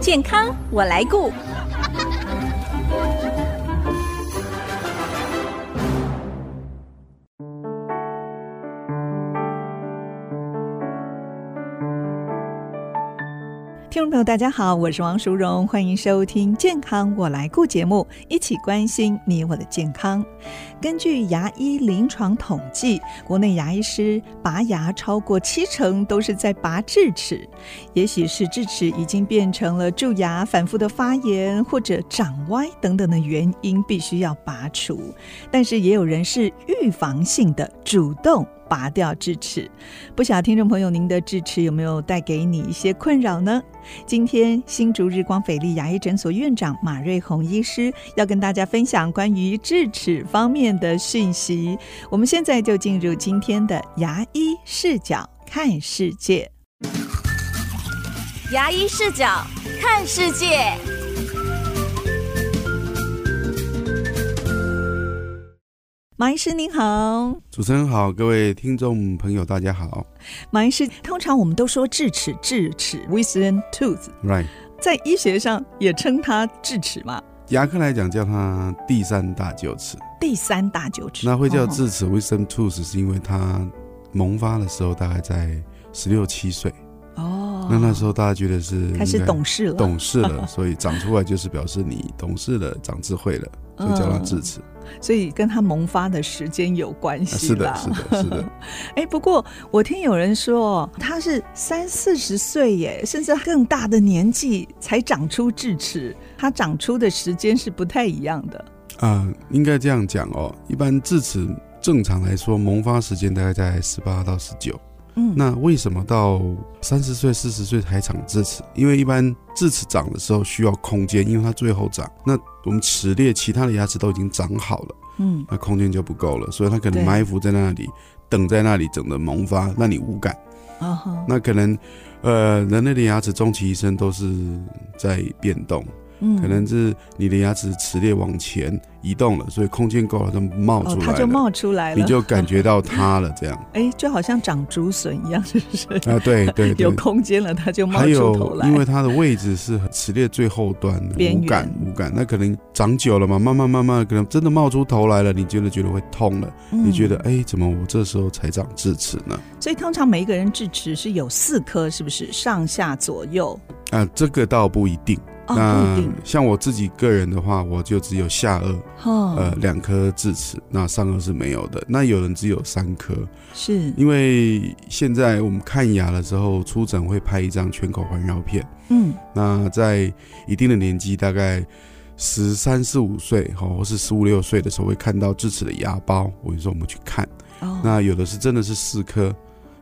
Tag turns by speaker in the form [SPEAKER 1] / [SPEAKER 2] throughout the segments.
[SPEAKER 1] 健康我来顾。听众朋友，大家好，我是王淑荣，欢迎收听《健康我来顾》节目，一起关心你我的健康。根据牙医临床统计，国内牙医师拔牙超过七成都是在拔智齿，也许是智齿已经变成了蛀牙、反复的发炎或者长歪等等的原因，必须要拔除。但是也有人是预防性的主动。拔掉智齿，不晓得听众朋友，您的智齿有没有带给你一些困扰呢？今天新竹日光斐丽牙医诊所院长马瑞红医师要跟大家分享关于智齿方面的讯息。我们现在就进入今天的牙医视角看世界。
[SPEAKER 2] 牙医视角看世界。
[SPEAKER 1] 马医师您好，
[SPEAKER 3] 主持人好，各位听众朋友大家好。
[SPEAKER 1] 马医师，通常我们都说智齿，智齿 （wisdom tooth），
[SPEAKER 3] Right，
[SPEAKER 1] 在医学上也称它智齿嘛，
[SPEAKER 3] 牙科来讲叫它第三大臼齿，
[SPEAKER 1] 第三大臼齿。
[SPEAKER 3] 那会叫
[SPEAKER 1] 哦
[SPEAKER 3] 智齿 wisdom tooth 是因为它萌发的时候大概在十六七岁，
[SPEAKER 1] 哦，
[SPEAKER 3] 那那时候大家觉得是
[SPEAKER 1] 开始
[SPEAKER 3] 应该
[SPEAKER 1] 懂事了，
[SPEAKER 3] 懂事 了，所以长出来就是表示你懂事了，长智慧了，所以叫它
[SPEAKER 1] 嗯
[SPEAKER 3] 智齿。
[SPEAKER 1] 所以跟它萌发的时间有关
[SPEAKER 3] 啊
[SPEAKER 1] 系
[SPEAKER 3] 是
[SPEAKER 1] 啦。
[SPEAKER 3] 的，是的，是的。
[SPEAKER 1] 哎，不过我听有人说，哦他是三四十岁耶，甚至更大的年纪才长出智齿，它长出的时间是不太一样的。
[SPEAKER 3] 啊、应该这样讲哦。一般智齿正常来说萌发时间大概在十八到十九。
[SPEAKER 1] 嗯，
[SPEAKER 3] 那为什么到三十岁、四十岁才长智齿？因为一般智齿长的时候需要空间，因为它最后长。那我们齿列其他的牙齿都已经长好了，
[SPEAKER 1] 嗯，
[SPEAKER 3] 那空间就不够了，所以它可
[SPEAKER 1] 对
[SPEAKER 3] 能埋伏在那里，等在那里整的萌发，让你无感。
[SPEAKER 1] 啊哈，
[SPEAKER 3] 那可能，呃，人类的牙齿终其一生都是在变动，
[SPEAKER 1] 嗯
[SPEAKER 3] 可能是你的牙齿齿列往前移动了，所以空间够了，它冒
[SPEAKER 1] 哦
[SPEAKER 3] 出，来
[SPEAKER 1] 它
[SPEAKER 3] 了，
[SPEAKER 1] 就冒出来
[SPEAKER 3] 你
[SPEAKER 1] 了，
[SPEAKER 3] 就感觉到它了，这样
[SPEAKER 1] 哎，就好像长竹笋一样，是不是？
[SPEAKER 3] 啊，对对
[SPEAKER 1] 有
[SPEAKER 3] 对。
[SPEAKER 1] 空间了，它就冒
[SPEAKER 3] 还
[SPEAKER 1] 出头
[SPEAKER 3] 有，
[SPEAKER 1] 来。
[SPEAKER 3] 因为它的位置是齿列最后端的，
[SPEAKER 1] 边缘
[SPEAKER 3] 无感无感，那可能长久了嘛，慢慢慢慢，可能真的冒出头来了，你觉得觉得会痛了，
[SPEAKER 1] 嗯
[SPEAKER 3] 你觉得，哎，怎么我这时候才长智齿呢？
[SPEAKER 1] 所以通常每一个人智齿是有四颗，是不是？上下左右
[SPEAKER 3] 啊，这个倒不一定。
[SPEAKER 1] 哦，不一
[SPEAKER 3] 那
[SPEAKER 1] 定。
[SPEAKER 3] 像我自己个人的话，我就只有下颚
[SPEAKER 1] 哦，
[SPEAKER 3] 呃两颗智齿，那上颚是没有的。那有人只有三颗，
[SPEAKER 1] 是，
[SPEAKER 3] 因为现在我们看牙的时候，出诊会拍一张全口环绕片。
[SPEAKER 1] 嗯
[SPEAKER 3] 那在一定的年纪，大概十三四五岁，哈，或是十五六岁的时候，会看到智齿的牙包。我跟你说，我们去看，
[SPEAKER 1] 哦，
[SPEAKER 3] 那有的是真的是四颗，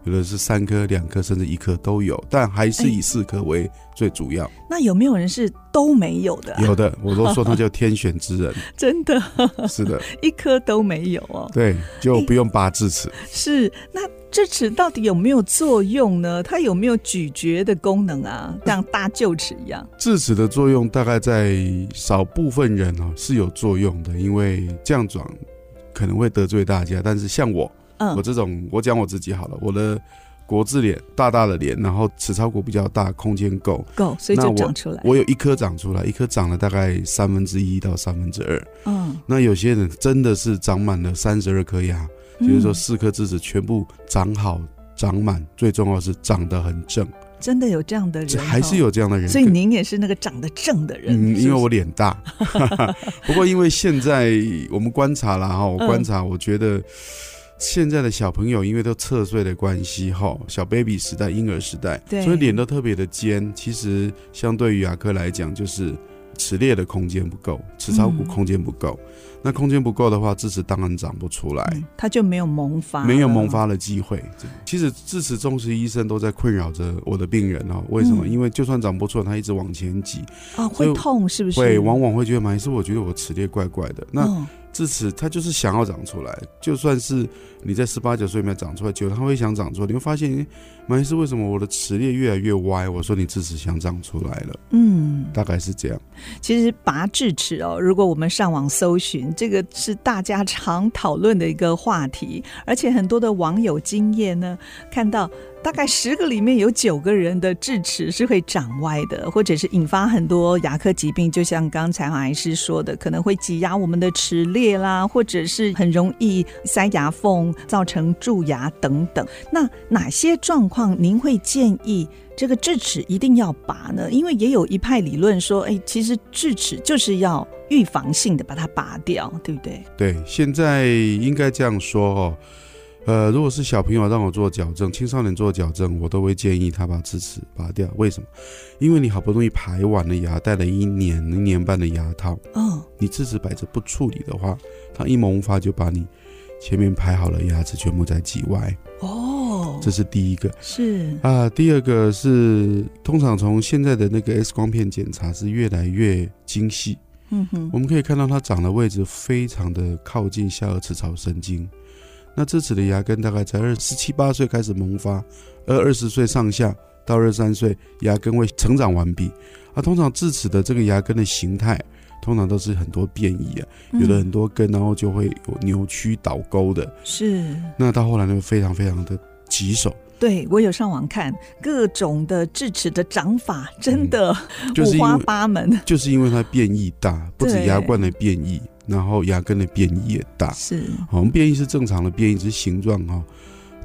[SPEAKER 3] 有的是三颗、两颗，甚至一颗都有，但还是以四颗为最主要。
[SPEAKER 1] 那有没有人是都没有的啊、
[SPEAKER 3] 有的，我都说他叫天选之人。
[SPEAKER 1] 真的
[SPEAKER 3] 是的，
[SPEAKER 1] 一颗都没有哦。
[SPEAKER 3] 对，就不用拔智齿。
[SPEAKER 1] 是，那智齿到底有没有作用呢？它有没有咀嚼的功能啊？像大臼齿一样。
[SPEAKER 3] 智齿的作用大概在少部分人哦是有作用的，因为这样讲可能会得罪大家。但是像我，
[SPEAKER 1] 嗯
[SPEAKER 3] 我这种，我讲我自己好了，我的国字脸大大的脸，然后齿槽骨比较大，空间够，
[SPEAKER 1] 够，所以
[SPEAKER 3] 那
[SPEAKER 1] 就
[SPEAKER 3] 我
[SPEAKER 1] 长出来。
[SPEAKER 3] 我有一颗长出来，一颗长了大概三分之一到三分之二。
[SPEAKER 1] 嗯，
[SPEAKER 3] 那有些人真的是长满了三十二颗牙，就是说
[SPEAKER 1] 嗯
[SPEAKER 3] 四颗智齿全部长好。长满，最重要是长得很正，
[SPEAKER 1] 真的有这样的人
[SPEAKER 3] 这
[SPEAKER 1] 哦，
[SPEAKER 3] 还是有这样的人。
[SPEAKER 1] 所以您也是那个长得正的人，
[SPEAKER 3] 嗯，
[SPEAKER 1] 是
[SPEAKER 3] 因为
[SPEAKER 1] 不是
[SPEAKER 3] 我脸 大，不过因为现在我们观察了哈，我
[SPEAKER 1] 嗯
[SPEAKER 3] 观察，我觉得现在的小朋友因为都侧睡的关系哈，小 baby 时代、婴儿时代，
[SPEAKER 1] 对
[SPEAKER 3] 所以脸都特别的尖。其实相对于牙科来讲，就是齿列的空间不够，齿槽骨
[SPEAKER 1] 嗯
[SPEAKER 3] 空间不够。那空间不够的话，智齿当然长不出来。
[SPEAKER 1] 嗯他就没有萌发，
[SPEAKER 3] 没有萌。发的机会。这其实智齿重视医生都在困扰着我的病人哦。为什么？
[SPEAKER 1] 嗯
[SPEAKER 3] 因为就算长不出来，他一直往前挤，
[SPEAKER 1] 啊，
[SPEAKER 3] 所以
[SPEAKER 1] 会痛是不是？
[SPEAKER 3] 会往往会觉得马医师，我觉得我齿列怪怪的。那
[SPEAKER 1] 嗯
[SPEAKER 3] 智齿它就是想要长出来，就算是你在十八九岁没有长出来，久了它会想长出来。你会发现，诶马医师为什么我的齿列越来越歪？我说你智齿想长出来了，
[SPEAKER 1] 嗯，
[SPEAKER 3] 大概是这样。
[SPEAKER 1] 其实拔智齿哦，如果我们上网搜寻，这个是大家常讨论的一个话题，而且很多的网友经验呢，看到大概十个里面有九个人的智齿是会长歪的，或者是引发很多牙科疾病，就像刚才马医师说的，可能会挤压我们的齿列啦，或者是很容易塞牙缝，造成蛀牙等等。那哪些状况您会建议这个智齿一定要拔呢？因为也有一派理论说，哎，其实智齿就是要预防性的把它拔掉，对不对？
[SPEAKER 3] 对，现在应该这样说哦。呃，如果是小朋友让我做矫正，青少年做矫正，我都会建议他把智齿拔掉。为什么？因为你好不容易排完了牙，戴了一年、一年半的牙套，
[SPEAKER 1] 哦，
[SPEAKER 3] 你智齿摆着不处理的话，它一萌发就把你前面排好了牙齿全部在挤歪，
[SPEAKER 1] 哦，
[SPEAKER 3] 这是第一个。
[SPEAKER 1] 是
[SPEAKER 3] 啊，第二个是通常从现在的那个 X 光片检查是越来越精细，
[SPEAKER 1] 嗯哼，
[SPEAKER 3] 我们可以看到它长的位置非常的靠近下颌齿槽神经。那智齿的牙根大概在二十七八岁开始萌发，而二十岁上下到二三岁，牙根会成长完毕。啊，通常智齿的这个牙根的形态，通常都是很多变异啊，
[SPEAKER 1] 嗯
[SPEAKER 3] 有的很多根，然后就会有扭曲倒钩的。
[SPEAKER 1] 是。
[SPEAKER 3] 那到后来呢，非常非常的棘手，
[SPEAKER 1] 对，我有上网看各种的智齿的长法，真的、
[SPEAKER 3] 嗯就是
[SPEAKER 1] 五
[SPEAKER 3] 因
[SPEAKER 1] 花
[SPEAKER 3] 为
[SPEAKER 1] 八门。
[SPEAKER 3] 就是因为它变异大，不止
[SPEAKER 1] 对
[SPEAKER 3] 牙冠的变异，然后牙根的变异也大。
[SPEAKER 1] 是，
[SPEAKER 3] 好，我们变异是正常的变异，只是形状哈、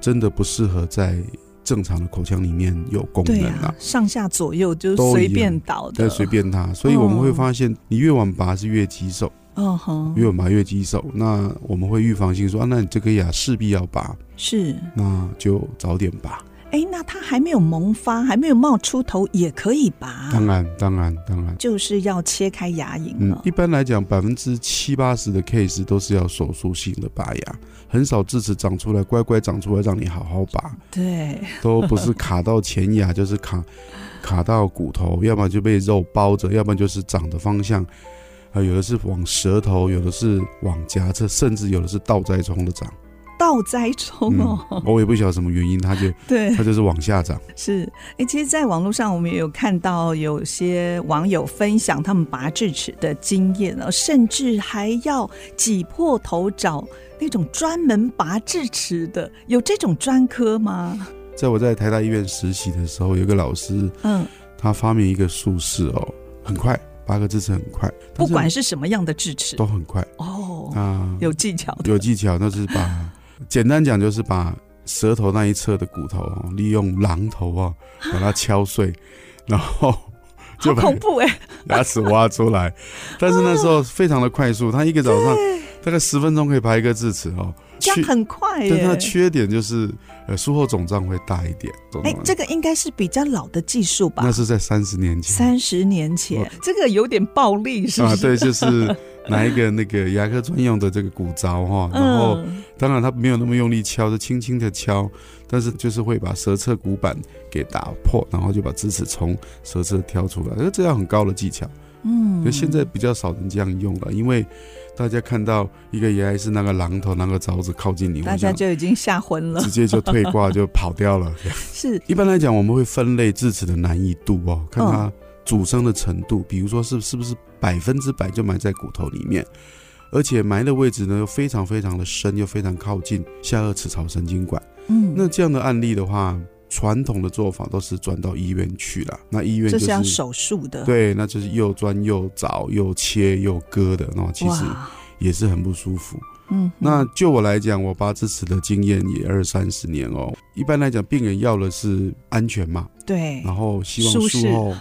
[SPEAKER 3] 真的不适合在正常的口腔里面有功
[SPEAKER 1] 对
[SPEAKER 3] 能
[SPEAKER 1] 呀、
[SPEAKER 3] 啊。
[SPEAKER 1] 上下左右就
[SPEAKER 3] 都
[SPEAKER 1] 随
[SPEAKER 3] 一样
[SPEAKER 1] 便倒的
[SPEAKER 3] 再，随便它，所以我们
[SPEAKER 1] 哦
[SPEAKER 3] 会发现，你越晚拔是越棘手，
[SPEAKER 1] 哦吼，
[SPEAKER 3] 越晚拔越棘手。那我们会预防性说，啊，那你这颗牙势必要拔，
[SPEAKER 1] 是。
[SPEAKER 3] 那就早点拔。
[SPEAKER 1] 哎，那它还没有萌发，还没有冒出头，也可以拔，
[SPEAKER 3] 当然，当然，当然，
[SPEAKER 1] 就是要切开牙龈
[SPEAKER 3] 嗯
[SPEAKER 1] 了，。
[SPEAKER 3] 一般来讲，百分之七八十的 case 都是要手术性的拔牙，很少智齿长出来，乖乖长出来让你好好 拔，
[SPEAKER 1] 对，
[SPEAKER 3] 都不是卡到前牙，就是卡卡到骨头，要么就被肉包着，要不然就是长的方向。啊，有的是往舌头，有的是往颊侧，甚至有的是倒栽葱的长。
[SPEAKER 1] 倒栽葱哦，
[SPEAKER 3] 我也不晓得什么原因，它就
[SPEAKER 1] 对。
[SPEAKER 3] 它就是往 下长。
[SPEAKER 1] 是，哎，其实，在网络上我们也有看到有些网友分享他们拔智齿的经验哦，甚至还要挤破头找那种专门拔智齿的，有这种专科吗？
[SPEAKER 3] 在我在台大医院实习的时候，有一个老师，
[SPEAKER 1] 嗯，
[SPEAKER 3] 他发明一个术式哦，很快，八个字是很快，但
[SPEAKER 1] 不
[SPEAKER 3] 是
[SPEAKER 1] 管是什么样的智齿
[SPEAKER 3] 都很快
[SPEAKER 1] 哦，
[SPEAKER 3] 啊，
[SPEAKER 1] 有技巧的，
[SPEAKER 3] 有技巧，那是把简单讲就是把舌头那一侧的骨头哦，利用榔头 哦把它敲碎，然后
[SPEAKER 1] 好
[SPEAKER 3] 就把
[SPEAKER 1] 恐怖哎、
[SPEAKER 3] 牙齿挖出来。但是那时候非常的快速，他一个早上大概十分钟可以排一个智齿哦，
[SPEAKER 1] 这样
[SPEAKER 3] 缺
[SPEAKER 1] 很快
[SPEAKER 3] 但它
[SPEAKER 1] 耶
[SPEAKER 3] 的。缺点就是，呃，术后肿胀会大一点。肿
[SPEAKER 1] 哎
[SPEAKER 3] 胀，
[SPEAKER 1] 这个应该是比较老的技术吧
[SPEAKER 3] 那？是在三十年前
[SPEAKER 1] 三十年前
[SPEAKER 3] 哦，
[SPEAKER 1] 这个有点暴力，是不
[SPEAKER 3] 啊，
[SPEAKER 1] 是？
[SPEAKER 3] 对，就是拿一个那个牙科专用的这个骨 凿哈，然后
[SPEAKER 1] 嗯，
[SPEAKER 3] 当然它没有那么用力敲，是轻轻的敲，但是就是会把舌侧骨板给打破，然后就把智齿从舌侧挑出来，那这要很高的技巧。
[SPEAKER 1] 嗯，
[SPEAKER 3] 可现在比较少人这样用了，因为大家看到一个牙医是拿个榔头、拿个凿子靠近你，
[SPEAKER 1] 大
[SPEAKER 3] 我
[SPEAKER 1] 家
[SPEAKER 3] 想
[SPEAKER 1] 就已经吓昏了
[SPEAKER 3] 直，接就退挂就跑掉了。
[SPEAKER 1] 是
[SPEAKER 3] 一般来讲，我们会分类智齿的难易度哦，
[SPEAKER 1] 嗯
[SPEAKER 3] 看它阻生的程度，比如说是是不是百分之百就埋在骨头里面，而且埋的位置呢又非常非常的深，又非常靠近下颌齿槽神经管。
[SPEAKER 1] 嗯，
[SPEAKER 3] 那这样的案例的话，传统的做法都是转到医院去了，那医院
[SPEAKER 1] 这
[SPEAKER 3] 就是是
[SPEAKER 1] 要手术的，，
[SPEAKER 3] 对，那就是又钻又凿又切又割的，那其实
[SPEAKER 1] 哇，
[SPEAKER 3] 也是很不舒服。
[SPEAKER 1] 嗯，
[SPEAKER 3] 那就我来讲，我拔智齿的经验也二三十年哦。一般来讲，病人要的是安全嘛，
[SPEAKER 1] 对
[SPEAKER 3] 然后希望
[SPEAKER 1] 舒适
[SPEAKER 3] 术后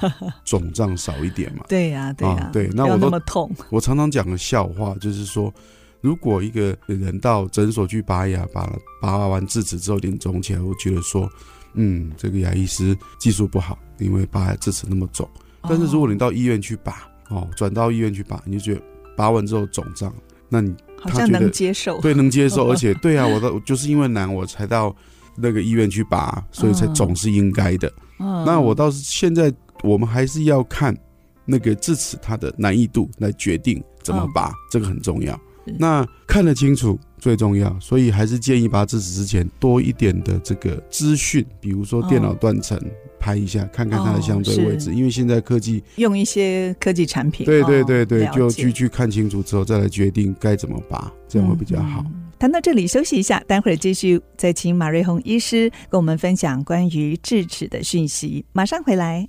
[SPEAKER 3] 肿胀少一点嘛。
[SPEAKER 1] 对呀，对呀
[SPEAKER 3] 啊，对那
[SPEAKER 1] 不要
[SPEAKER 3] 我
[SPEAKER 1] 那
[SPEAKER 3] 都
[SPEAKER 1] 么痛，
[SPEAKER 3] 我常常讲个笑话，就是说，如果一个人到诊所去拔牙，拔了拔完智齿之后脸肿起来，我觉得说，嗯，这个牙医师技术不好，因为拔智齿那么肿。
[SPEAKER 1] 哦
[SPEAKER 3] 但是如果你到医院去拔，哦，转到医院去拔，你就觉得拔完之后肿胀，那你
[SPEAKER 1] 哦好
[SPEAKER 3] 他
[SPEAKER 1] 像
[SPEAKER 3] 觉
[SPEAKER 1] 能
[SPEAKER 3] 得
[SPEAKER 1] 接受，
[SPEAKER 3] 对，能 接受，而且对啊，我到就是因为难，我才到那个医院去拔，所以才
[SPEAKER 1] 嗯
[SPEAKER 3] 总是应该的。
[SPEAKER 1] 嗯，
[SPEAKER 3] 那我倒是现在我们还是要看那个智齿它的难易度来决定怎
[SPEAKER 1] 嗯
[SPEAKER 3] 么拔，这个很重要
[SPEAKER 1] 是。
[SPEAKER 3] 那看得清楚最重要，所以还是建议拔智齿之前多一点的这个资讯，比如说电脑
[SPEAKER 1] 嗯
[SPEAKER 3] 断层。拍一下，看看它
[SPEAKER 1] 哦
[SPEAKER 3] 的相对
[SPEAKER 1] 是
[SPEAKER 3] 位置，因为现在科技，
[SPEAKER 1] 用一些科技产品，
[SPEAKER 3] 对对
[SPEAKER 1] 哦
[SPEAKER 3] 对对，
[SPEAKER 1] 了
[SPEAKER 3] 就
[SPEAKER 1] 解
[SPEAKER 3] 去去看清楚之后再来决定该怎么拔，这样会比较好。
[SPEAKER 1] 嗯谈到这里，休息一下，待会儿继续再请马瑞红医师跟我们分享关于智齿的讯息。马上回来。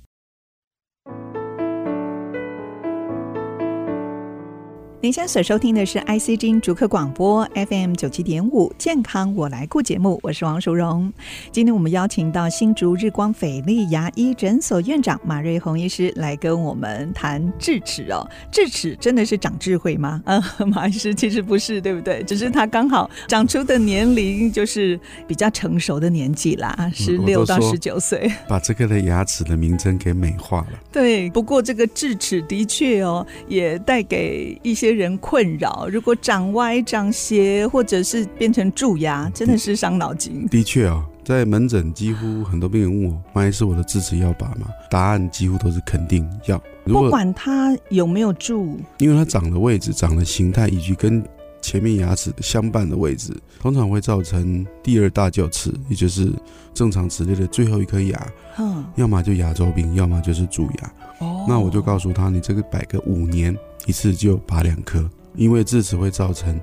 [SPEAKER 1] 您现在所收听的是 IC 之音逐客广播 FM 九七点五健康我来顾节目，我是王淑荣。今天我们邀请到新竹日光斐丽牙医诊所院长马瑞红医师来跟我们谈智齿哦，智齿真的是长智慧吗？ 啊、马医师其实不是，对不对？只是他刚好长出的年龄就是比较成熟的年纪啦，十六
[SPEAKER 3] 嗯我都
[SPEAKER 1] 到
[SPEAKER 3] 说
[SPEAKER 1] 十九岁。
[SPEAKER 3] 把这个的牙齿的名称给美化了。
[SPEAKER 1] 对，不过这个智齿的确哦，也带给一些人困扰。如果长歪、长斜，或者是变成蛀牙，真的是伤脑筋。
[SPEAKER 3] 的确啊、在门诊几乎很多病人问我，马医师我的智齿要拔吗？答案几乎都是肯定要。如
[SPEAKER 1] 不
[SPEAKER 3] 果
[SPEAKER 1] 管它有没有蛀，
[SPEAKER 3] 因为它长的位置、长的形态以及跟前面牙齿相伴的位置，通常会造成第二大臼齿，也就是正常齿列的最后一颗牙，
[SPEAKER 1] 哼，
[SPEAKER 3] 要么就牙周病，要么就是蛀牙。
[SPEAKER 1] 哦
[SPEAKER 3] 那我就告诉他，你这个摆个五年，一次就拔两颗，因为智齿会造成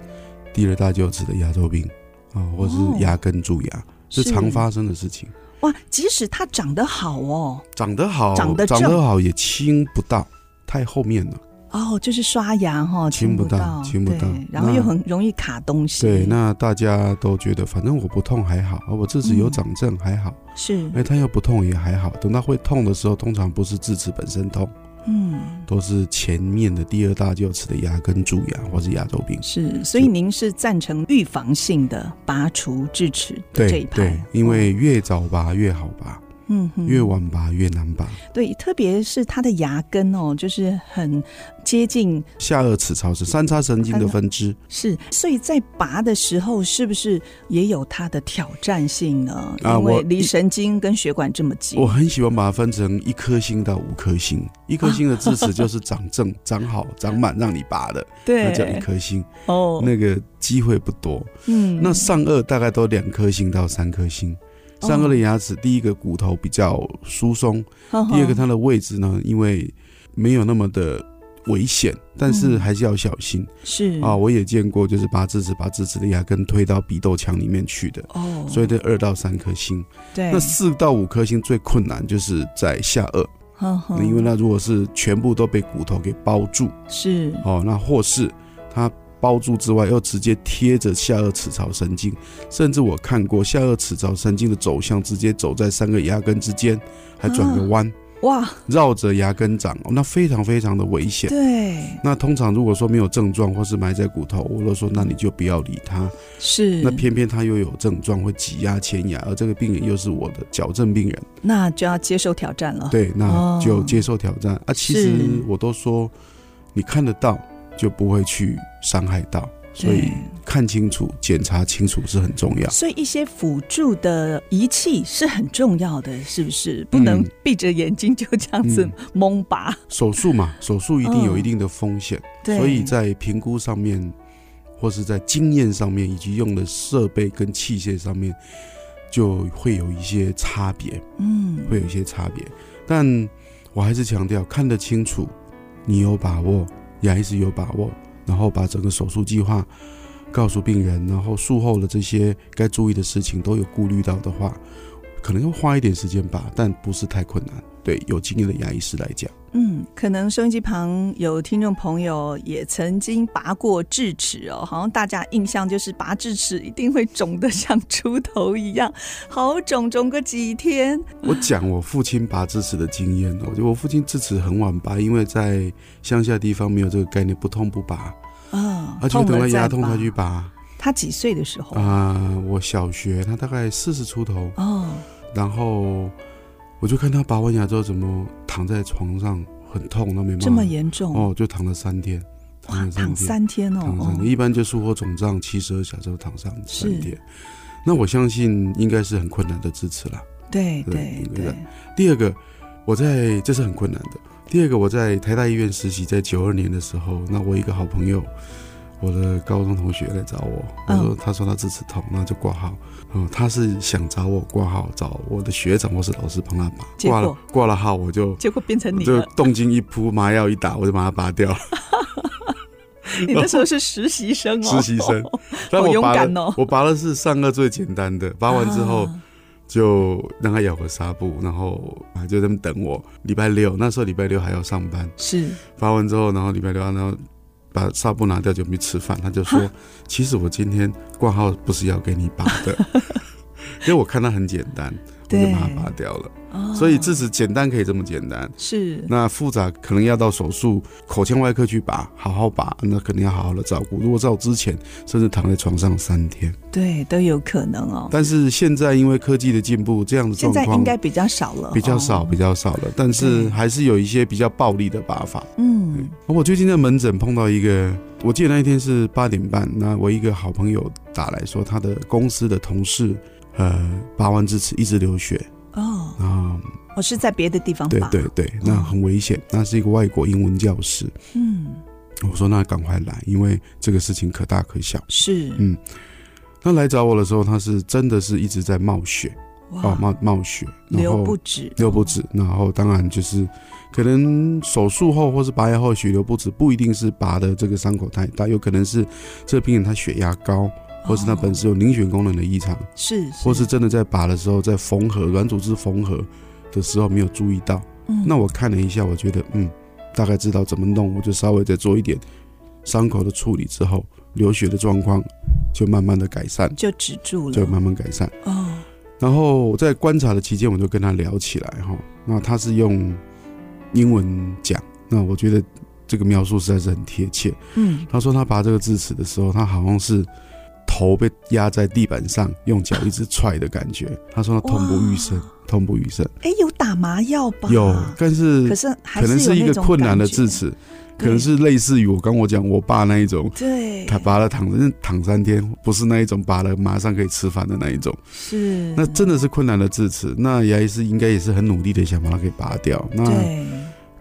[SPEAKER 3] 第二大臼齿的牙周病啊、或者
[SPEAKER 1] 哦
[SPEAKER 3] 是牙根蛀牙，是常发生的事情。
[SPEAKER 1] 哇，即使它长得好哦，
[SPEAKER 3] 长得好，
[SPEAKER 1] 长得正
[SPEAKER 3] 好也亲不到，太后面了。
[SPEAKER 1] 哦，就是刷牙哈、哦，
[SPEAKER 3] 亲
[SPEAKER 1] 不
[SPEAKER 3] 不到
[SPEAKER 1] 到，
[SPEAKER 3] 亲不
[SPEAKER 1] 对
[SPEAKER 3] 到
[SPEAKER 1] 然后
[SPEAKER 3] 那
[SPEAKER 1] 又很容易卡东西。
[SPEAKER 3] 对，那大家都觉得，反正我不痛还好，啊我智齿有
[SPEAKER 1] 嗯
[SPEAKER 3] 长症还好，
[SPEAKER 1] 是
[SPEAKER 3] 哎、它要不痛也还好。等到会痛的时候，通常不是智齿本身痛，
[SPEAKER 1] 嗯。
[SPEAKER 3] 都是前面的第二大臼齿的牙根蛀牙或是牙周病。
[SPEAKER 1] 是，所以您是赞成预防性的拔除智齿的这
[SPEAKER 3] 对
[SPEAKER 1] 一派，
[SPEAKER 3] 对，因为越早拔越好拔，
[SPEAKER 1] 嗯哼
[SPEAKER 3] 越晚拔越难拔。
[SPEAKER 1] 对，特别是它的牙根哦，就是很接近，
[SPEAKER 3] 下颚齿槽是三叉神经的分支，
[SPEAKER 1] 是，所以在拔的时候，是不是也有它的挑战性呢？
[SPEAKER 3] 啊
[SPEAKER 1] 因为
[SPEAKER 3] 我哦
[SPEAKER 1] 离神经跟血管这么近，
[SPEAKER 3] 我很喜欢把它分成一颗星到五颗星。一颗星的智齿就是长正、长好、长满让你拔的，那叫一
[SPEAKER 1] 对，
[SPEAKER 3] 颗星。
[SPEAKER 1] 哦，
[SPEAKER 3] 那个机会不多。
[SPEAKER 1] 嗯
[SPEAKER 3] 那上颚大概都两颗星到三颗星。上颚的牙齿，第一个骨头比较疏松，第二个
[SPEAKER 1] 它
[SPEAKER 3] 它的位置呢，因为没有那么的危险，但是
[SPEAKER 1] 嗯
[SPEAKER 3] 还是要小心
[SPEAKER 1] 是
[SPEAKER 3] 啊。，我也见过，就是拔智齿，把智齿的牙根推到鼻窦腔里面去的，
[SPEAKER 1] 哦，
[SPEAKER 3] 所以这二到三颗星。
[SPEAKER 1] 对，
[SPEAKER 3] 那四到五颗星最困难就是在下颚，
[SPEAKER 1] 呵呵
[SPEAKER 3] 因为那如果是全部都被骨头给包住，
[SPEAKER 1] 是
[SPEAKER 3] 哦，那或是它包住之外，又直接贴着下颚齿槽神经，甚至我看过下颚齿槽神经的走向，直接走在三个牙根之间，还转个弯，
[SPEAKER 1] 哇，
[SPEAKER 3] 绕着牙根长，哦那非常非常的危险。
[SPEAKER 1] 对，
[SPEAKER 3] 那通常如果说没有症状或是埋在骨头，我都说那你就不要理它。
[SPEAKER 1] 是
[SPEAKER 3] 那偏偏它又有症状，会挤压前牙，而这个病人又是我的矫正病人，
[SPEAKER 1] 那就要接受挑战了，
[SPEAKER 3] 对，那就
[SPEAKER 1] 啊哦
[SPEAKER 3] 接受挑战、啊。其实
[SPEAKER 1] 是
[SPEAKER 3] 我都说，你看得到就不会去伤害到。所以啊看清楚、检查清楚是很重要。
[SPEAKER 1] 所以一些辅助的仪器是很重要的，是不是？不能闭着眼睛就这样子
[SPEAKER 3] 嗯
[SPEAKER 1] 蒙拔。
[SPEAKER 3] 手术嘛，手术一定有
[SPEAKER 1] 嗯
[SPEAKER 3] 一定的风险，
[SPEAKER 1] 对，
[SPEAKER 3] 所以在评估上面，或是在经验上面，以及用的设备跟器械上面，就会有一些差别，
[SPEAKER 1] 嗯，
[SPEAKER 3] 会有一些差别。但我还是强调，看得清楚，你有把握，牙医师有把握，然后把整个手术计划。告诉病人，然后术后的这些该注意的事情都有顾虑到的话，可能要花一点时间吧，但不是太困难。对有经验的牙医师来讲，
[SPEAKER 1] 嗯，可能收音机旁有听众朋友也曾经拔过智齿哦，好像大家印象就是拔智齿一定会肿得像猪头一样，好肿，肿个几天。
[SPEAKER 3] 我讲我父亲拔智齿的经验哦，就我父亲智齿很晚拔，因为在乡下地方没有这个概念，不痛不拔，
[SPEAKER 1] 啊、
[SPEAKER 3] 而且
[SPEAKER 1] 痛
[SPEAKER 3] 等到
[SPEAKER 1] 了
[SPEAKER 3] 牙
[SPEAKER 1] 再
[SPEAKER 3] 痛
[SPEAKER 1] 拔
[SPEAKER 3] 才去。拔。
[SPEAKER 1] 他几岁的时候？
[SPEAKER 3] 啊、我小学他大概四十出头，
[SPEAKER 1] 哦，
[SPEAKER 3] 然后我就看他拔完牙之后怎么躺在床上很痛，那没办法，
[SPEAKER 1] 这么严重？
[SPEAKER 3] 哦，就躺了三天，
[SPEAKER 1] 哇
[SPEAKER 3] 躺，了三
[SPEAKER 1] 躺
[SPEAKER 3] 天。
[SPEAKER 1] 三天哦，
[SPEAKER 3] 躺
[SPEAKER 1] 哦
[SPEAKER 3] 上，一般就术后肿胀七十二小时后躺上三
[SPEAKER 1] 是
[SPEAKER 3] 天。那我相信应该是很困难的支持啦。
[SPEAKER 1] 对对
[SPEAKER 3] 对
[SPEAKER 1] 对
[SPEAKER 3] 对第二个，我在这是很困难的。第二个，我在台大医院实习，在九二年的时候，那我一个好朋友，我的高中同学来找我，我
[SPEAKER 1] 嗯
[SPEAKER 3] 说、他说他智齿痛，那就挂号。嗯，他是想找我挂号，找我的学长或是老师帮他拔。
[SPEAKER 1] 结果
[SPEAKER 3] 挂了挂了号，我就
[SPEAKER 1] 结果变成
[SPEAKER 3] 我
[SPEAKER 1] 你
[SPEAKER 3] 就
[SPEAKER 1] 了。
[SPEAKER 3] 动静一扑，麻药一打，我就把它拔掉了。
[SPEAKER 1] 你那时候是实习生哦，
[SPEAKER 3] 实习 生但
[SPEAKER 1] 好
[SPEAKER 3] 我
[SPEAKER 1] 勇
[SPEAKER 3] 拔
[SPEAKER 1] 敢
[SPEAKER 3] 了，
[SPEAKER 1] 哦
[SPEAKER 3] 我拔的是上颚最简单的，拔完之后
[SPEAKER 1] 啊
[SPEAKER 3] 就让他咬个纱布，然后啊就在那边等我。礼拜六那时候礼拜六还要上班，
[SPEAKER 1] 是
[SPEAKER 3] 拔完之后，然后礼拜六然后把纱布拿掉就没吃饭，他就 说
[SPEAKER 1] 哈：“
[SPEAKER 3] 其实我今天挂号不是要给你拔的， 因为我看它很简单，我就
[SPEAKER 1] 对
[SPEAKER 3] 把它拔掉了。
[SPEAKER 1] 哦
[SPEAKER 3] 所以自此简单可以这么简单。”
[SPEAKER 1] 是
[SPEAKER 3] 那复杂可能要到手术口腔外科去拔，好好拔，那肯定要好好的照顾。如果照之前，甚至躺在床上三天。
[SPEAKER 1] 对都有可能哦。
[SPEAKER 3] 但是现在因为科技的进步，这样的
[SPEAKER 1] 现
[SPEAKER 3] 状
[SPEAKER 1] 在应
[SPEAKER 3] 况
[SPEAKER 1] 该比较少了哦，
[SPEAKER 3] 比较少，比较少了。但是
[SPEAKER 1] 对
[SPEAKER 3] 还是有一些比较暴力的拔法。
[SPEAKER 1] 嗯，
[SPEAKER 3] 我最近在门诊碰到一个，我记得那一天是八点半，那我一个好朋友打来说，他的公司的同事，呃，拔完智齿一直流血
[SPEAKER 1] 哦，
[SPEAKER 3] 啊、
[SPEAKER 1] 我是在别的地方
[SPEAKER 3] 对
[SPEAKER 1] 吧？
[SPEAKER 3] 对对，那很危险。那是一个外国英文教师，
[SPEAKER 1] 嗯，
[SPEAKER 3] 我说那赶快来，因为这个事情可大可小。
[SPEAKER 1] 是
[SPEAKER 3] 嗯那来找我的时候，他是真的是一直在冒血哦，
[SPEAKER 1] 哇，
[SPEAKER 3] 冒冒血，然
[SPEAKER 1] 流
[SPEAKER 3] 后
[SPEAKER 1] 不止，
[SPEAKER 3] 流不止，然后当然就是可能手术后或是拔牙后血流不止，不一定是拔的这个伤口太大，有可能是这病人他血压高，或是他本身有凝血功能的异常，
[SPEAKER 1] 哦是，
[SPEAKER 3] 或是真的在拔的时候在缝合软组织缝合的时候没有注意到。那
[SPEAKER 1] 我
[SPEAKER 3] 我看了一下，我觉得嗯，大概知道怎么弄，我就稍微再做一点伤口的处理之后，流血的状况就慢慢的改善，
[SPEAKER 1] 就止住了，
[SPEAKER 3] 就慢慢改善。
[SPEAKER 1] 哦，
[SPEAKER 3] 然后我在观察的期间，我就跟他聊起来哈。那他是用英文讲，那我觉得这个描述实在是很贴切。
[SPEAKER 1] 嗯，
[SPEAKER 3] 他说他拔这个智齿的时候，他好像是头被压在地板上，用脚一直踹的感觉。他说他痛不欲生
[SPEAKER 1] 哇，
[SPEAKER 3] 痛不欲生。
[SPEAKER 1] 哎，有打麻药吧？
[SPEAKER 3] 有，但是
[SPEAKER 1] 可是还
[SPEAKER 3] 可能
[SPEAKER 1] 有
[SPEAKER 3] 是一
[SPEAKER 1] 那
[SPEAKER 3] 个
[SPEAKER 1] 种
[SPEAKER 3] 困难的
[SPEAKER 1] 感觉
[SPEAKER 3] 智，齿，
[SPEAKER 1] 对
[SPEAKER 3] 可能是类似于我刚我讲我爸那一种，
[SPEAKER 1] 对，
[SPEAKER 3] 他拔了躺着躺三天，不是那一种拔了马上可以吃饭的那一种，
[SPEAKER 1] 是
[SPEAKER 3] 那真的是困难的智齿。那牙医师应该也是很努力的想把它给拔掉，那
[SPEAKER 1] 对，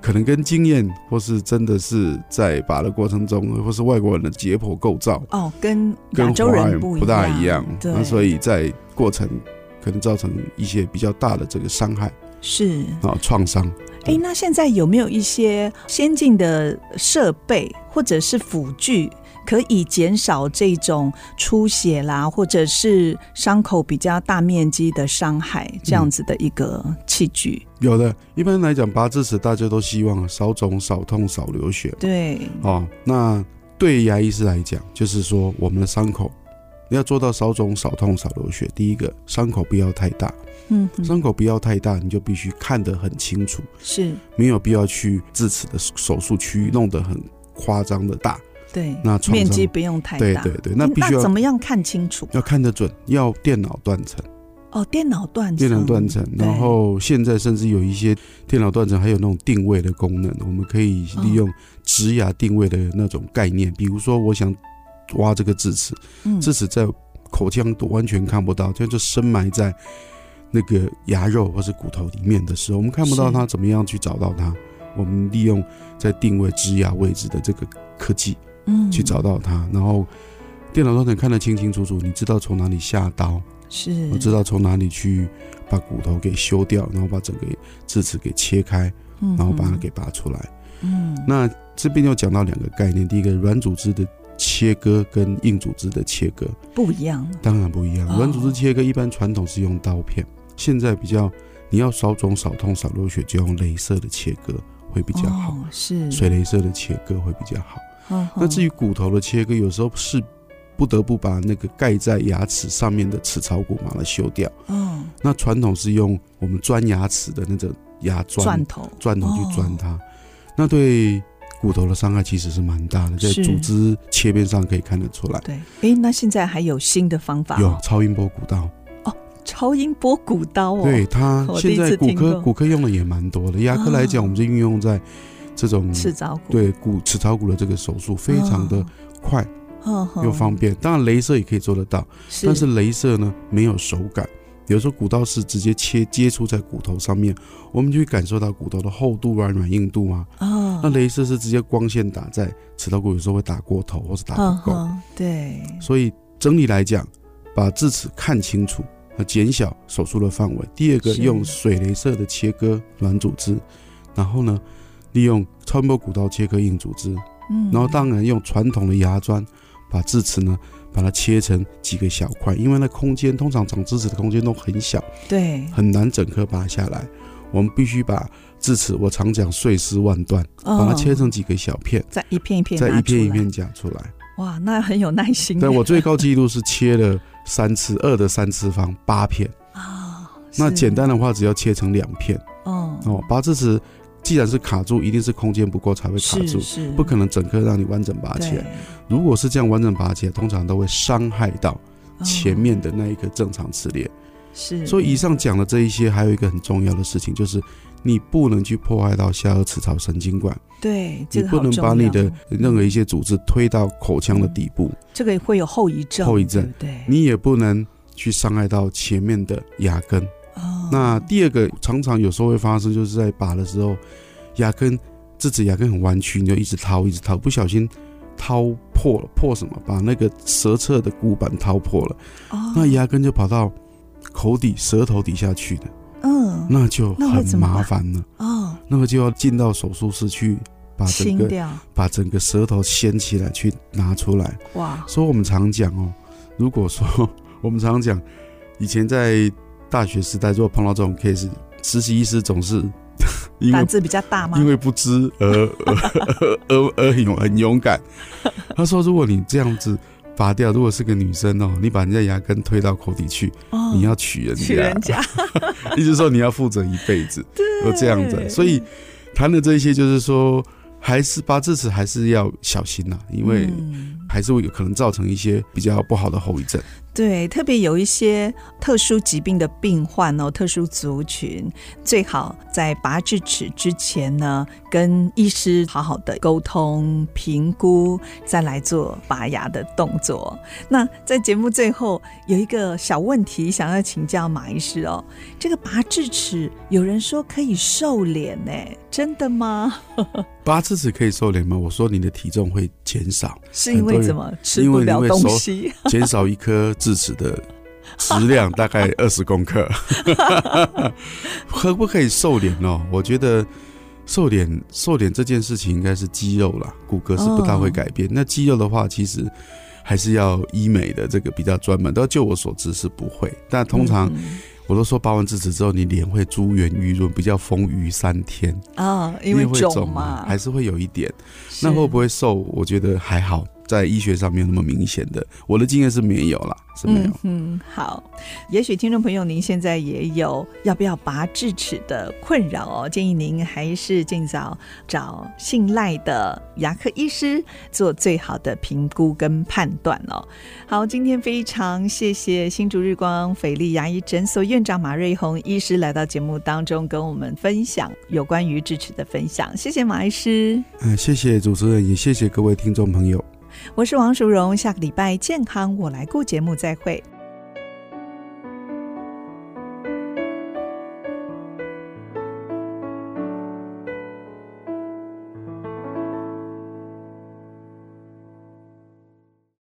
[SPEAKER 3] 可能跟经验或是真的是在拔的过程中，或是外国人的解剖构造
[SPEAKER 1] 哦，跟亚
[SPEAKER 3] 跟
[SPEAKER 1] 洲
[SPEAKER 3] 华
[SPEAKER 1] 人
[SPEAKER 3] 人
[SPEAKER 1] 不
[SPEAKER 3] 不大一样
[SPEAKER 1] 样，，对，
[SPEAKER 3] 那所以在过程可能造成一些比较大的这个伤害
[SPEAKER 1] 是
[SPEAKER 3] 啊创伤。
[SPEAKER 1] 哎，那现在有没有一些先进的设备或者是辅具，可以减少这种出血啦，或者是伤口比较大面积的伤害这样子的一个器具？
[SPEAKER 3] 有的，一般来讲拔智齿，大家都希望少肿、少痛、少流血
[SPEAKER 1] 对，
[SPEAKER 3] 哦。那对牙医师来讲，就是说我们的伤口要做到少肿、少痛、少流血。第一个，伤口不要太大，
[SPEAKER 1] 嗯哼，
[SPEAKER 3] 伤口不要太大，你就必须看得很清楚，
[SPEAKER 1] 是，
[SPEAKER 3] 没有必要去智齿的手术区域弄得很夸张的大。
[SPEAKER 1] 对，
[SPEAKER 3] 那创
[SPEAKER 1] 面
[SPEAKER 3] 伤
[SPEAKER 1] 积不用太
[SPEAKER 3] 对
[SPEAKER 1] 大。嗯
[SPEAKER 3] 对对，那必须
[SPEAKER 1] 怎
[SPEAKER 3] 要
[SPEAKER 1] 么样看清楚？
[SPEAKER 3] 要看得准，要电脑断层。
[SPEAKER 1] 哦，电脑断层，
[SPEAKER 3] 电脑断层，
[SPEAKER 1] 对
[SPEAKER 3] 然后现在甚至有一些电脑断层还有那种定位的功能，我们可以利用植牙定位的那种概念，比如说我想挖这个智齿，
[SPEAKER 1] 嗯
[SPEAKER 3] 智齿在口腔都完全看不到，它就深埋在那个牙肉或是骨头里面的时候，我们看不到
[SPEAKER 1] 是
[SPEAKER 3] 它，怎么样去找到它？我们利用在定位植牙位置的这个科技
[SPEAKER 1] 嗯
[SPEAKER 3] 去找到它，然后电脑断层看得清清楚楚，你知道从哪里下刀。
[SPEAKER 1] 是，
[SPEAKER 3] 我知道从哪里去把骨头给修掉，然后把整个智齿给切开，
[SPEAKER 1] 嗯哼，
[SPEAKER 3] 然后把它给拔出来。
[SPEAKER 1] 嗯
[SPEAKER 3] 那这边又讲到两个概念，第一个软组织的切割跟硬组织的切割
[SPEAKER 1] 嗯不一样，
[SPEAKER 3] 当然不一样
[SPEAKER 1] 哦。
[SPEAKER 3] 软组织切割一般传统是用刀片，现在比较你要少肿少痛少流血，就用镭射的切割会比较好，
[SPEAKER 1] 哦是，
[SPEAKER 3] 水镭射的切割会比较好。那
[SPEAKER 1] 那
[SPEAKER 3] 至于骨头的切割，有时候是不得不把那个盖在牙齿上面的齿槽骨把它修掉。
[SPEAKER 1] 嗯
[SPEAKER 3] 那传统是用我们钻牙齿的那种牙钻
[SPEAKER 1] 钻哦头
[SPEAKER 3] 钻头去钻它，那对骨头的伤害其实是蛮大的，在
[SPEAKER 1] 是
[SPEAKER 3] 组织切片上可以看得出来。
[SPEAKER 1] 对，诶，那现在还有新的方法
[SPEAKER 3] 有
[SPEAKER 1] 哦，
[SPEAKER 3] 超音波骨道，
[SPEAKER 1] 超音波骨刀哦，
[SPEAKER 3] 对，它
[SPEAKER 1] 我第一
[SPEAKER 3] 现在
[SPEAKER 1] 次
[SPEAKER 3] 骨
[SPEAKER 1] 听
[SPEAKER 3] 科
[SPEAKER 1] 过
[SPEAKER 3] 骨科用的也蛮多的。牙科来讲，
[SPEAKER 1] 哦
[SPEAKER 3] 我们就运用在这种
[SPEAKER 1] 赤爪骨，啊
[SPEAKER 3] 对骨齿槽骨的这个手术，非常的快
[SPEAKER 1] 哦，
[SPEAKER 3] 又方
[SPEAKER 1] 便，
[SPEAKER 3] 便。当然，镭射也可以做得到，
[SPEAKER 1] 是
[SPEAKER 3] 但是镭射呢没有手感，有时候骨刀是直接切接触在骨头上面，我们就会感受到骨头的厚度啊、软硬度啊。
[SPEAKER 1] 哦，
[SPEAKER 3] 那镭射是直接光线打在齿槽骨，有时候会打过头或是打
[SPEAKER 1] 嗯
[SPEAKER 3] 不够。
[SPEAKER 1] 哼，对，
[SPEAKER 3] 所以整体来讲，把智齿看清楚，那减小手术的范围。第二个，
[SPEAKER 1] 是
[SPEAKER 3] 用水镭射的切割软组织，然后呢，利用超音波骨刀切割硬组织，
[SPEAKER 1] 嗯，
[SPEAKER 3] 然后当然用传统的牙砖把智齿呢，把它切成几个小块，因为那空间通常长智齿的空间都很小，
[SPEAKER 1] 对，
[SPEAKER 3] 很难整颗拔下来。我们必须把智齿，我常讲碎尸万段，把它
[SPEAKER 1] 哦
[SPEAKER 3] 切成几个小片，
[SPEAKER 1] 再一片一片
[SPEAKER 3] 再
[SPEAKER 1] 拿
[SPEAKER 3] 一片
[SPEAKER 1] 出
[SPEAKER 3] 一
[SPEAKER 1] 来
[SPEAKER 3] 片夹出来。
[SPEAKER 1] 哇，那很有耐 心耶。
[SPEAKER 3] 但我最高纪录是切了三次，二的三次方八片。
[SPEAKER 1] 啊，
[SPEAKER 3] 那
[SPEAKER 1] 是
[SPEAKER 3] 简单的话，只要切成两片
[SPEAKER 1] 哦
[SPEAKER 3] 哦。拔智齿既然是卡住，一定是空间不够才会卡
[SPEAKER 1] 是
[SPEAKER 3] 住，
[SPEAKER 1] 是
[SPEAKER 3] 不可能整颗让你完整拔起来。如果是这样完整拔起来，通常都会伤害到
[SPEAKER 1] 对
[SPEAKER 3] 前
[SPEAKER 1] 哦
[SPEAKER 3] 面的那一个正常齿列。
[SPEAKER 1] 是，
[SPEAKER 3] 所以以上讲的这一些，还有一个很重要的事情，就是你不能去破坏到下颌齿槽神经管，
[SPEAKER 1] 对，这
[SPEAKER 3] 你
[SPEAKER 1] 个
[SPEAKER 3] 不
[SPEAKER 1] 好
[SPEAKER 3] 能
[SPEAKER 1] 重
[SPEAKER 3] 把你
[SPEAKER 1] 要
[SPEAKER 3] 的任何一些组织推到口腔的底部，
[SPEAKER 1] 这个会有后遗症，
[SPEAKER 3] 后遗症
[SPEAKER 1] 对不对，
[SPEAKER 3] 你也不能去伤害到前面的牙根。
[SPEAKER 1] 哦
[SPEAKER 3] 那第二个常常有时候会发生，就是在拔的时候，牙根智齿牙根很弯曲，你就一直掏一直掏，不小心掏破了，破什么？把那个舌侧的骨板掏破了，
[SPEAKER 1] 哦
[SPEAKER 3] 那牙根就跑到口底、舌头底下去的，
[SPEAKER 1] 嗯
[SPEAKER 3] 那就
[SPEAKER 1] 那会
[SPEAKER 3] 很
[SPEAKER 1] 怎么办
[SPEAKER 3] 麻烦了。
[SPEAKER 1] 哦
[SPEAKER 3] 那个就要进到手术室去把整
[SPEAKER 1] 清
[SPEAKER 3] 个
[SPEAKER 1] 掉
[SPEAKER 3] 把整个舌头掀起来去拿出来。
[SPEAKER 1] 哇
[SPEAKER 3] 所以我们常讲哦，如果说 我们常讲，以前在大学时代，如果碰到这种 case，实习医师总是 因为
[SPEAKER 1] 胆子比较大吗？
[SPEAKER 3] 因为不知而 而而而勇很勇 敢。他说，如果你这样子拔掉，如果是个女生哦，你把人家牙根推到口底去，
[SPEAKER 1] 哦
[SPEAKER 3] 你要娶人
[SPEAKER 1] 娶
[SPEAKER 3] 家，
[SPEAKER 1] 人家，
[SPEAKER 3] 意思说你要负责一辈子。
[SPEAKER 1] 对，
[SPEAKER 3] 都这样子所以谈的这一些，就是说，还是拔智齿还是要小心呐、因为
[SPEAKER 1] 嗯
[SPEAKER 3] 还是会有可能造成一些比较不好的后遗症。
[SPEAKER 1] 对，特别有一些特殊疾病的病患哦，特殊族群，最好在拔智齿之前呢，跟医师好好的沟通评估，再来做拔牙的动作。那在节目最后有一个小问题想要请教马医师哦，这个拔智齿，有人说可以瘦脸呢，真的吗？
[SPEAKER 3] 拔智齿可以瘦脸吗？我说你的体重会减少，
[SPEAKER 1] 是因为
[SPEAKER 3] 很多人
[SPEAKER 1] 怎么吃
[SPEAKER 3] 因
[SPEAKER 1] 不
[SPEAKER 3] 为
[SPEAKER 1] 了
[SPEAKER 3] 因为
[SPEAKER 1] 东
[SPEAKER 3] 手
[SPEAKER 1] 西？
[SPEAKER 3] 减少一颗智齿的质量大概二十公克。可不可以瘦脸哦？我觉得瘦脸瘦脸这件事情应该是肌肉啦，骨骼是不大会改变。那肌肉的话，其实还是要医美的这个比较专门。但就我所知是不会，但通常
[SPEAKER 1] 嗯
[SPEAKER 3] 我都说拔完智齿之后，你脸会珠圆玉润，比较丰腴三天，
[SPEAKER 1] 啊，因为
[SPEAKER 3] 会
[SPEAKER 1] 肿
[SPEAKER 3] 嘛
[SPEAKER 1] 嘛，
[SPEAKER 3] 还是会有一点。那会不
[SPEAKER 1] 会
[SPEAKER 3] 会瘦？我觉得还好，在医学上没有那么明显的。我的经验是没有啦，是没有。
[SPEAKER 1] 嗯，嗯好，也许听众朋友您现在也有要不要拔智齿的困扰哦，建议您还是尽早找信赖的牙科医师做最好的评估跟判断哦。好，今天非常谢谢新竹日光斐丽牙医诊所院长马瑞红医师来到节目当中跟我们分享有关于智齿的分享，谢谢马医师。
[SPEAKER 3] 嗯、谢谢主持人，也谢谢各位听众朋友。
[SPEAKER 1] 我是王淑荣，下个礼拜健康我来顾节目再会。